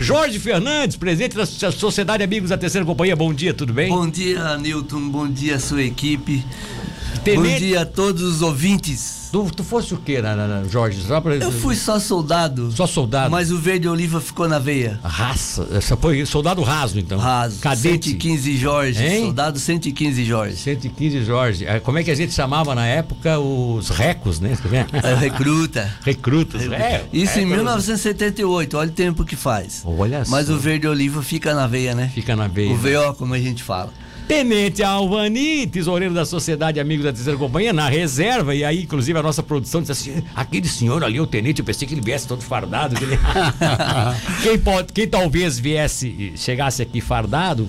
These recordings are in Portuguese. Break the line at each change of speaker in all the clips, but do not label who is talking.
Jorge Fernandes, presidente da Sociedade Amigos da Terceira Companhia, bom dia, tudo bem?
Bom dia, Newton, bom dia, sua equipe.
Tenente-
Bom dia a todos os ouvintes.
Tu, tu fosse o quê, na, na- na- Jorge? Só pra,
Eu fui só soldado,
Só soldado?
mas o verde oliva ficou na veia.
Raça, essa foi soldado raso, então.
Raso.
Cadete.
115 Jorge,
Hein?
soldado 115 Jorge.
115 Jorge. Ah, Como é que a gente chamava na época os recos, né?
É, recruta.
Recrutas. É,
Isso
é,
em
pelo-
1978, olha o tempo que faz.
Olha só.
Mas o verde oliva fica na veia, né?
Fica na veia.
O VO, como a gente fala.
Tenente Alvani, tesoureiro da Sociedade Amigos da Terceira Companhia, na reserva. E aí, inclusive, a nossa produção disse assim: aquele senhor ali, o tenente, eu pensei que ele viesse todo fardado. que ele- quem, pode, quem talvez viesse, chegasse aqui fardado,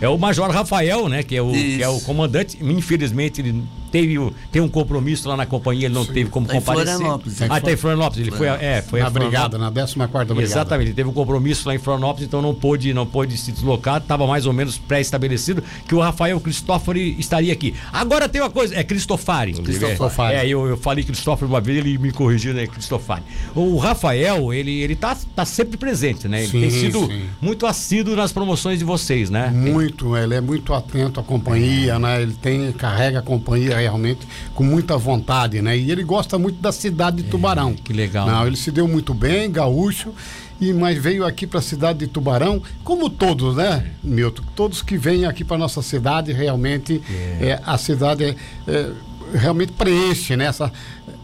é o Major Rafael, né? Que é o, que é o
Isso.
comandante. Infelizmente, ele teve, o- tem um compromisso lá na companhia, ele não teve como
Tá em
comparecer.
Florianópolis,
Ah, tá em Florianópolis. Ele foi, a- é, foi
na
a Florianópolis.
brigada, na 14 quarta brigada.
Exatamente, ele teve um compromisso lá em Florianópolis, então não pôde, não pôde se deslocar, estava mais ou menos pré-estabelecido que o Rafael Cristófori estaria aqui. Agora tem uma coisa, é Cristofari. inclusive, é.
Cristofari.
É, eu, eu falei Cristofori uma vez, ele me corrigiu, né, Cristofari. O Rafael, ele, ele tá, tá sempre presente, né? Ele
Sim,
tem sido
sim.
muito assíduo nas promoções de vocês, né?
Muito, ele é muito atento à companhia, né? Ele tem, carrega a companhia realmente com muita vontade, né? E ele gosta muito da cidade de Tubarão.
que legal.
Não, ele se deu muito bem, gaúcho, e mas veio aqui para a cidade de Tubarão, como todos, né, Milton? Todos que vêm aqui para nossa cidade, realmente é, a cidade é, é, realmente preenche, né? Essa,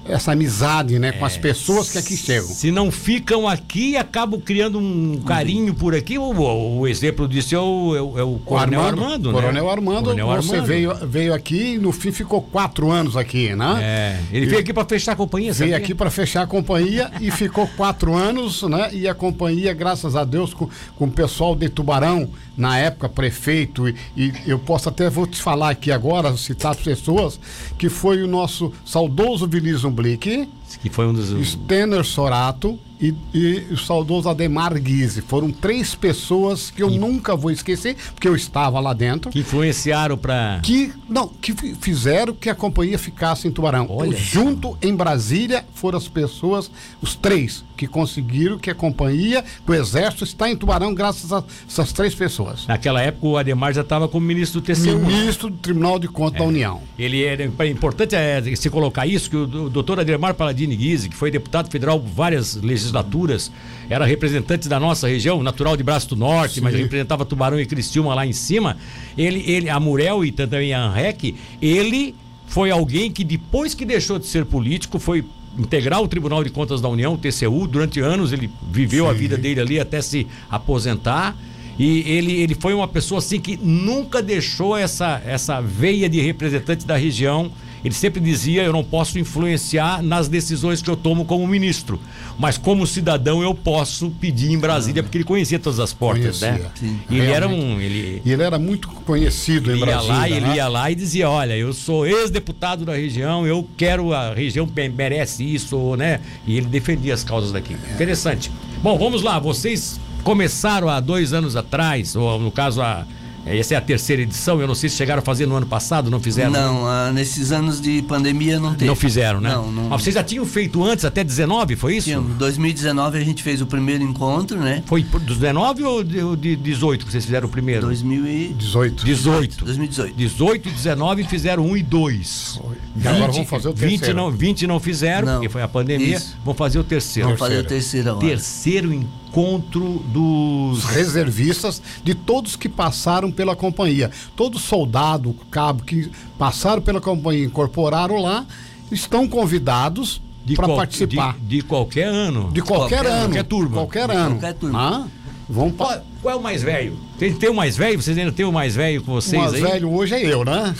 essa amizade, né, com as pessoas que aqui chegam.
Se não ficam aqui, acabam criando um carinho por aqui. O, o- o exemplo disso é o, é o- é o Coronel Armando, né?
Coronel Armando,
Coronel
você
Armando.
Veio, veio aqui e no fim ficou quatro anos aqui, né?
É, ele veio aqui pra fechar a companhia,
Veio
sabia?
aqui para fechar a companhia e ficou quatro anos, né? E a companhia, graças a Deus, com, com o pessoal de Tubarão, na época prefeito, e, e eu posso até vou te falar aqui agora, citar as pessoas, que foi o nosso saudoso Vinícius Blick,
Que foi um dos.
Stener Sorato e, e o saudoso Ademar Guise. Foram três pessoas que eu nunca vou esquecer, porque eu estava lá dentro
que influenciaram pra.
que não que fi- fizeram que a companhia ficasse em Tubarão.
Olha
Eu,
só.
junto em Brasília foram as pessoas, os três que conseguiram que a companhia, que o exército está em Tubarão graças a essas três pessoas.
Naquela época o Ademar já estava como ministro do TCU.
Ministro do Tribunal de Contas
É.
da União.
Ele era é importante é, se colocar isso que o do- doutor Ademar Paladini Guise, que foi deputado federal várias legislaturas, era representante da nossa região, natural de Braço do Norte, mas representava Tubarão e Criciúma lá em cima. Ele, ele a Murel e também a Anrec, ele foi alguém que depois que deixou de ser político foi integrar o Tribunal de Contas da União, o TCU, durante anos ele viveu a vida dele ali até se aposentar. E ele, ele foi uma pessoa assim que nunca deixou essa, essa veia de representante da região. Ele sempre dizia: eu não posso influenciar nas decisões que eu tomo como ministro, mas como cidadão eu posso pedir em Brasília, porque ele conhecia todas as portas, né?
Ah. Conhecia. Sim.
E ele era
Realmente.
um. Ele,
E ele era muito conhecido
ele
em
ia
Brasília.
lá, ele
né?
ia lá e dizia: olha, eu sou ex-deputado da região, eu quero a região me- merece isso, né? E ele defendia as causas daqui. Interessante. Bom, vamos lá. Vocês começaram há dois anos atrás, ou no caso a essa é a terceira edição. Eu não sei se chegaram a fazer no ano passado, não fizeram.
Não, ah, nesses anos de pandemia não
É,
teve.
né? Não fizeram, né?
Não, não.
Mas vocês já tinham feito antes, até 19, foi isso?
Em 2019 a gente fez o primeiro encontro, né?
Foi por- dos 19 ou de, ou de 18 que vocês fizeram o primeiro?
2000 e...
18.
18.
2018.
18 e 19 fizeram 1 e 2.
E agora vamos fazer o
20
terceiro.
não, 20 não fizeram,
Não.
porque foi a pandemia.
Isso.
Vão fazer o terceiro.
Vamos fazer o terceiro agora.
Terceiro encontro dos.
os reservistas de todos que passaram pela companhia. Todo soldado, cabo que passaram pela companhia, incorporaram lá, estão convidados para
qual-
participar. De,
De, de qualquer ano.
qualquer,
qualquer-
ano.
qualquer turma.
Qualquer
De
ano.
qualquer turma.
Ah, vamos
Qual,
para.
qual é o mais velho? Tem, tem o mais velho? Vocês ainda tem o mais velho com
O
vocês
mais
aí?
velho hoje é eu, né?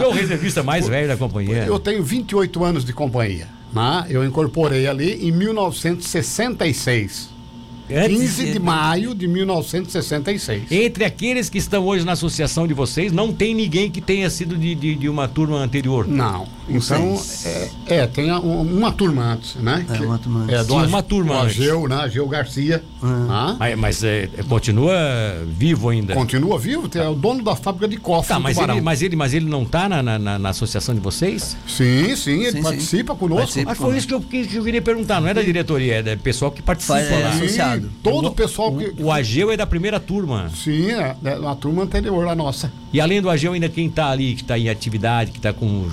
é o reservista mais velho da companhia.
Eu tenho 28 anos de companhia. Né? Eu incorporei ali em 1966.
Antes-
15 de maio de 1966.
entre aqueles que estão hoje na associação de vocês, não tem ninguém que tenha sido de, de, de uma turma anterior.
Não. Então, é, é, tem a- um- uma turma antes, né?
É, uma turma antes. Ah.
É, do
Tinha
Ag-
uma turma
do
antes.
Ageu, né? Ageu Garcia. né?
Mas, mas, é, continua vivo ainda.
Continua vivo, tem- é o dono da fábrica de cofre
Tá,
do
mas
Tubarão.
ele, mas, ele, mas ele não tá na, na, na- na associação de vocês?
Sim, sim, ele
Sim, sim.
participa conosco.
tá.
Participa.
Ah, foi isso que eu, que- que eu queria perguntar, não é da diretoria, é do pessoal que participa
Faz, é,
lá.
associado. Eduardo.
Todo o pessoal que.
O, o Ageu é da primeira turma.
Sim, é, é uma turma anterior à nossa.
E além do Ageu, ainda quem tá ali, que tá em atividade, que tá com.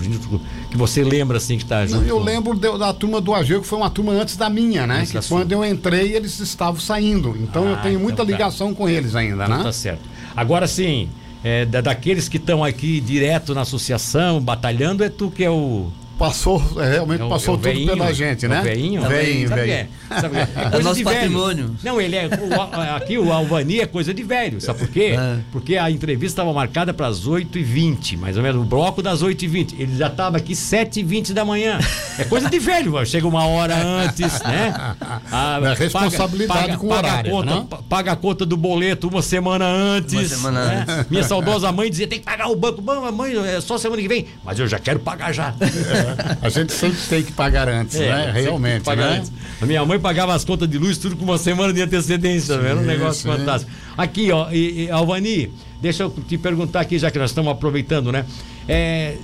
que você lembra assim, que tá junto.
Eu
com-
lembro de- da turma do Ageu, que foi uma turma antes da minha, né?
Antes
Que
da sua.
quando eu entrei, eles estavam saindo. Então
Ah,
eu tenho
então
muita
tá.
ligação com eles ainda,
Então
né?
Tá certo. Agora sim, é, da- daqueles que estão aqui direto na associação, batalhando, é tu que é o.
Passou, é, realmente
É o-
passou
é o
tudo
veinho,
pela gente,
é o
né?
Tá
veinho?
Veinho,
Sabe quem
veinho.
é? Sabe quem é? É
nosso
de velho.
patrimônio.
Não, ele é. o- a- aqui o Alvani é coisa de velho. Sabe por quê?
É.
Porque a entrevista estava marcada para as 8h20, mais ou menos, o bloco das 8h20. Ele já estava aqui 7h20 da manhã. É coisa de velho, ó, chega uma hora antes, né? A,
É responsabilidade com o horário,
a conta,
né?
pa- Paga a conta do boleto uma semana antes.
Uma semana
né?
antes.
Minha saudosa mãe dizia: tem que pagar o banco. Mãe, mãe, é só semana que vem. Mas eu já quero pagar já.
A gente sempre tem que pagar antes, né?
É, sempre tem que
Realmente,
pagar
né?
antes. A minha mãe pagava as contas de luz tudo com uma semana de antecedência, era um negócio
sim.
fantástico. Aqui, ó, e, e, Alvani, deixa eu te perguntar aqui, já que nós estamos aproveitando, né? É,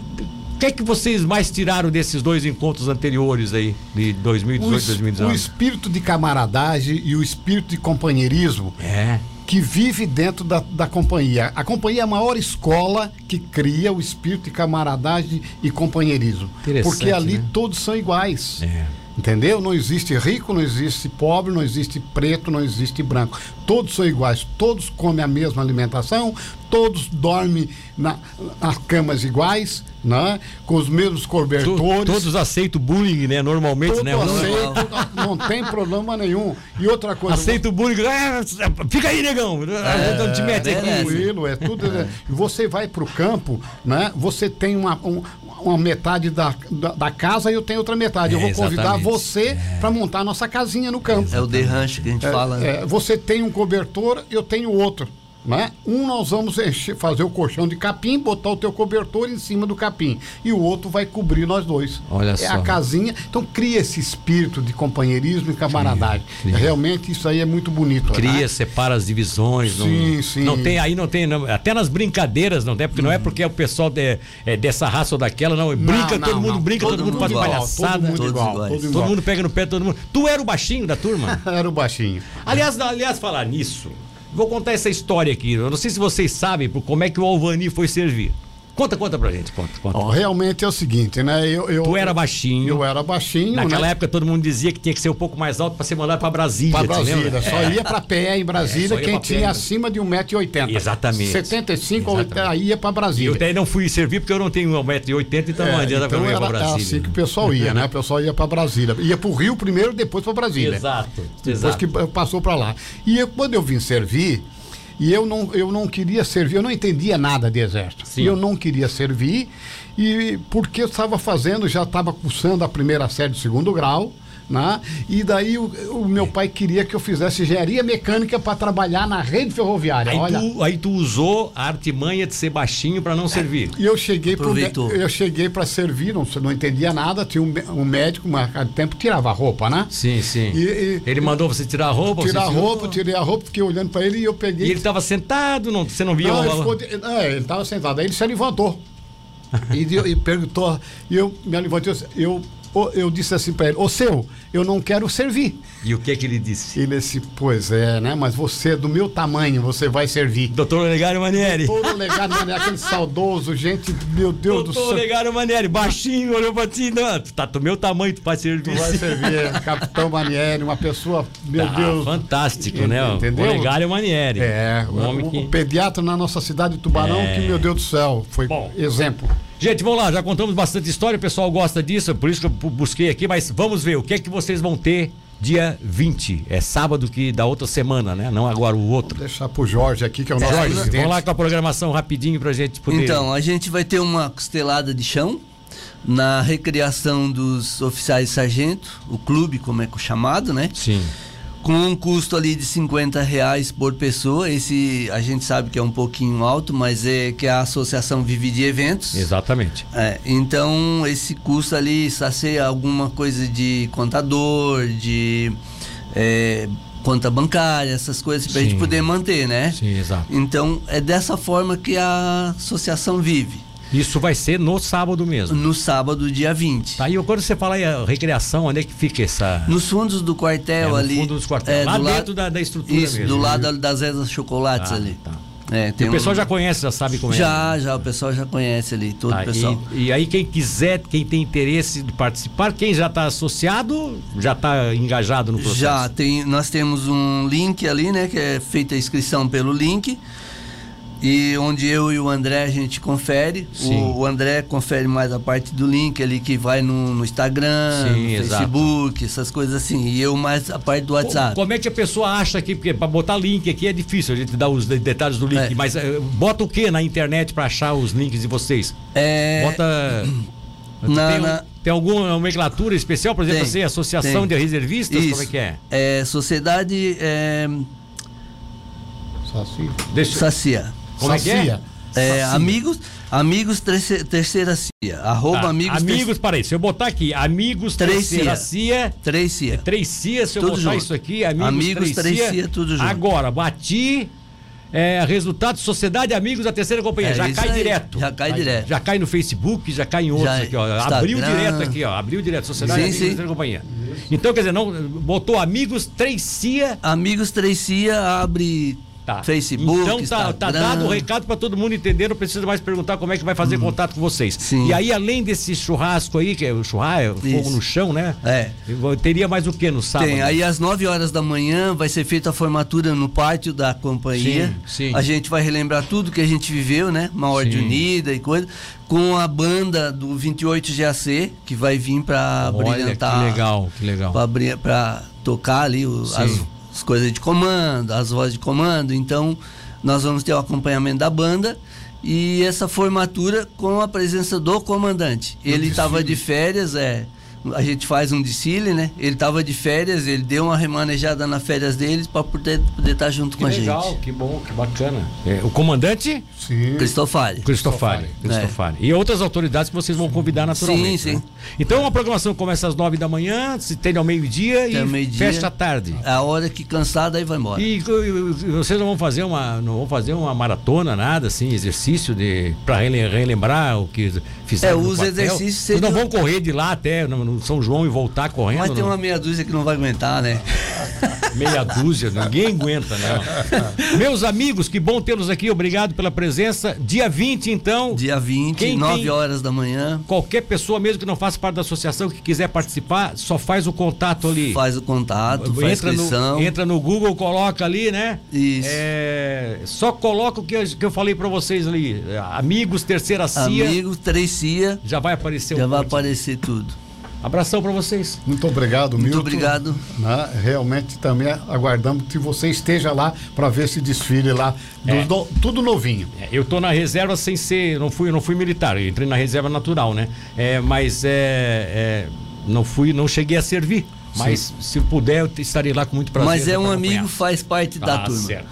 o que é que vocês mais tiraram desses dois encontros anteriores aí, de
O,
2018 e
es- o
2019?
espírito de camaradagem e o espírito de companheirismo
É.
que vive dentro da, da companhia. A companhia é a maior escola que cria o espírito de camaradagem e companheirismo.
Interessante,
Porque ali
né?
todos são iguais.
É.
Entendeu? Não existe rico, não existe pobre, não existe preto, não existe branco. Todos são iguais, todos comem a mesma alimentação, todos dormem na, nas camas iguais, né? com os mesmos
Tu-
cobertores.
todos aceitam bullying, né? Normalmente,
Todo
né?
aceito, não tem problema nenhum. E outra coisa,
Aceita o bullying. Ah, fica aí, negão. não te mete aqui.
merece.
tranquilo, é tudo. né? E Você vai pro campo, né? Você tem uma, um- uma metade da, da, da casa e eu tenho outra metade. eu
É,
vou convidar
exatamente. É.
você pra para montar a nossa casinha no campo.
É o derranche que a gente fala.
né?
É, você tem um cobertor, eu tenho outro. Né? Um nós vamos encher- fazer o colchão de capim, botar o teu cobertor em cima do capim. E o outro vai cobrir nós dois.
Olha
é
só.
a casinha. Então cria esse espírito de companheirismo e camaradagem. Realmente isso aí é muito bonito. né?
Cria, separa as divisões. não,
Sim, sim. Uhum.
Não tem, aí não tem. não- até nas brincadeiras não tem, porque não é porque é o pessoal de- é dessa raça ou daquela, não. é Brinca,
não,
todo mundo
não.
brinca, todo,
Todo
mundo
mundo
faz
igual,
palhaçada.
Todo
Todo,
mundo
Todos
igual.
iguais.
Todo,
todo
igual.
mundo pega no pé, de todo mundo. Tu era o baixinho da turma?
Era o baixinho.
aliás, aliás, falar nisso, vou contar essa história aqui. Eu não sei se vocês sabem por como é que o Alvani foi servir. Conta, conta pra gente, conta, conta.
Ó, realmente é o seguinte, né? Eu, eu,
Tu era baixinho.
Eu era baixinho,
Naquela
né?
época todo mundo dizia que tinha que ser um pouco mais alto pra ser mandado pra Brasília.
Pra
te
Brasília,
lembra?
só ia pra pé em
É, só
Brasília
ia
quem
pra pé,
tinha
né?
acima de 1,80m.
Exatamente.
75 ou
Exatamente.
aí ia pra Brasília.
Eu até não fui servir porque eu não tenho 1,80m, então não
É,
adianta
então
eu ir
era
pra
era
Brasília.
assim que o pessoal ia, né? O pessoal ia para Brasília. Ia para o Rio primeiro, depois para Brasília.
Exato,
Depois
exato.
que eh, passou para lá. E eu, quando eu vim servir, e eu não, eu não queria servir, eu não entendia nada de exército.
Sim.
E Eu não queria servir, e porque eu estava fazendo, já estava cursando a primeira série do segundo grau. Né? E daí o, o meu pai queria que eu fizesse engenharia mecânica para trabalhar na rede ferroviária.
Aí,
Olha, É.
tu, aí tu usou a artimanha de ser baixinho pra não servir.
e eu cheguei pro mé-
Aproveitou.
eu cheguei para servir, não, não entendia nada, tinha um, mé- um médico, mas a tempo tirava a roupa, né?
Sim, sim.
E- e-
ele mandou você tirar a roupa,
Tirar a
você tirou.
roupa, tirei a roupa, fiquei olhando para ele e eu
E
peguei.
ele tava sentado, não, você não via
Não,
o-
ele ficou de- é, ele estava sentado, aí ele se levantou. e, deu- e perguntou, e eu me levantei, eu, eu, eu disse assim para ele, ô seu, eu não quero servir.
E o que que ele disse?
Ele disse, pois é, né? Mas você é do meu tamanho, você vai servir.
Doutor Olegário Manieri.
Todo legado, né, aquele saudoso, gente, meu Deus do
Doutor
céu.
Olegário Manieri, baixinho, olhou pra ti. Não, tu tá do meu tamanho, tu faz servir.
Tu vai servir é, Capitão Manieri, uma pessoa, meu
Ah,
Deus.
fantástico,
Ent-
né?
entendeu?
O Olegário Manieri.
É,
um homem
o,
que...
o pediatra na nossa cidade de Tubarão,
É.
que, meu Deus do céu, foi
Bom.
exemplo.
Gente, vamos lá, já contamos bastante história, o pessoal gosta disso, por isso que eu bu- busquei aqui, mas vamos ver o que é que vocês vão ter dia 20. É sábado que da outra semana, né? Não agora o outro.
Deixar pro Jorge aqui, que é o nosso
Jorge,
presidente.
vamos lá com a programação rapidinho pra gente poder.
Então, a gente vai ter uma costelada de chão na recriação dos oficiais sargento, o clube, como é chamado, né?
Sim.
Com um custo ali de 50 reais por pessoa. Esse a gente sabe que é um pouquinho alto, mas é que a associação vive de eventos.
Exatamente.
É, então esse custo ali sacia alguma coisa de contador, de é, conta bancária, essas coisas para a gente
Sim.
poder manter, né?
Sim, exato.
Então é dessa forma que a associação vive.
Isso vai ser no sábado mesmo.
No sábado, dia 20.
Tá, e quando você fala aí, a recreação, onde é que fica essa.
Nos fundos do quartel
É, no
ali.
fundo dos quartéis, lá
do
dentro da- da estrutura
Isso,
mesmo.
do lado ali das Ezas Chocolates
Tá,
ali.
tá.
É,
E
tem
o pessoal
um-
já conhece, já sabe como é.
Já, já, o pessoal já conhece ali, todo
Tá,
o pessoal.
E, e aí quem quiser, quem tem interesse de participar, quem já está associado, já está engajado no processo.
Já, tem, nós temos um link ali, né? Que é feita a inscrição pelo link. E onde eu e o André a gente confere.
Sim.
O, o André confere mais a parte do link ali que vai no, no Instagram,
Sim,
no
exato.
Facebook, essas coisas assim. E eu mais a parte do WhatsApp.
Como é que a pessoa acha que. Porque para botar link aqui é difícil, a gente dá os de- detalhes do link,
É.
mas eh, bota o que na internet para achar os links de vocês?
É,
Bota.
Na-
tem, um-
na-
tem alguma nomenclatura especial, por exemplo,
Tem,
assim, Associação
tem.
de Reservistas?
isso.
Como é que é?
Sociedade é,
Saci.
Deixa,
Sacia.
Como é que é?
Sacia.
É,
Sacia.
amigos, amigos terce- terceira Cia. Arroba
Tá,
amigos, terce-
amigos peraí, se eu botar aqui, amigos
Três
terceira cia,
três Cia.
três cia, se eu
Tudo
botar
junto.
isso aqui, amigos,
Amigos, três
cia,
cia, tudo junto.
Agora, bati, é, resultado, sociedade, amigos da terceira companhia,
É
já
isso
cai
aí,
direto.
já cai direto.
Já cai no Facebook, já cai em outros
Já, é
aqui, ó,
Instagram.
abriu direto aqui, ó, abriu direto, sociedade,
Sim,
amigos
sim.
da terceira companhia. Então, quer dizer, não, botou amigos, três cia...
Amigos Trecia abre
Tá.
Facebook,
Então tá,
Instagram. Hum.
tá dado o recado para todo mundo entender, não precisa mais perguntar como é que vai fazer contato com vocês.
Sim.
E aí, além desse churrasco aí, que é o churrasco, é o fogo
Isso.
no chão, né?
É.
Eu Teria mais o que no sábado?
Tem, aí às 9 horas da manhã vai ser feita a formatura no pátio da companhia.
Sim, sim.
A gente vai relembrar tudo que a gente viveu, né? Uma ordem
Sim.
unida e coisa. Com a banda do 28 GAC, que vai vir pra
Olha que
brilhantar.
legal, que legal.
Pra, bri- pra tocar ali o-
Sim.
as, as coisas de comando, as vozes de comando. Então, nós vamos ter o acompanhamento da banda e essa formatura com a presença do comandante. Ele estava de férias, é. A gente faz um desfile, né? Ele estava de férias, ele deu uma remanejada nas férias deles para poder estar junto
que
com a
legal,
gente.
que bom, que bacana. É, o comandante
Sim.
Cristofari.
Cristofari. Cristofari. E outras autoridades que vocês vão convidar naturalmente.
Sim, sim.
né? Então, uma programação que começa às nove da manhã, se tem ao meio-dia
Até
e
o meio-dia.
fecha à tarde.
é A hora que cansado aí vai embora.
E, co- e vocês não vão fazer uma não vão fazer uma maratona nada assim exercício de para relembrar o que fizeram
É,
no
os
quartel?
exercícios
Vocês não vão
seriam-
correr de lá até no, no São João e voltar correndo
Mas tem
não?
uma meia dúzia que não vai aguentar, né?
meia dúzia ninguém aguenta não meus amigos que bom tê-los aqui obrigado pela presença dia 20 então
Dia 20,
Quem-
9
quem-
horas da manhã.
qualquer pessoa mesmo que não faça parte da associação que quiser participar só faz o contato ali
Faz o contato, faz a
entra
inscrição.
no, entra no Google, coloca ali, né?
Isso.
É, só coloca o que eu, que eu falei pra vocês ali. é, Amigos, terceira CIA.
Amigo, três CIA,
Já vai aparecer
já
um
vai
monte.
aparecer tudo.
Abração pra vocês.
Muito obrigado, Milton.
Muito obrigado.
Né? Realmente também aguardamos que você esteja lá para ver esse desfile lá. dos
É.
no- tudo novinho.
É, Eu tô na reserva sem ser. Não fui, eu não fui militar, eu entrei na reserva natural, né? É, mas é, é, não fui, não cheguei a servir. Mas se puder, eu estarei lá com muito prazer.
Mas é
pra
um
acompanhar.
amigo, faz parte da
Tá
turma.
certo.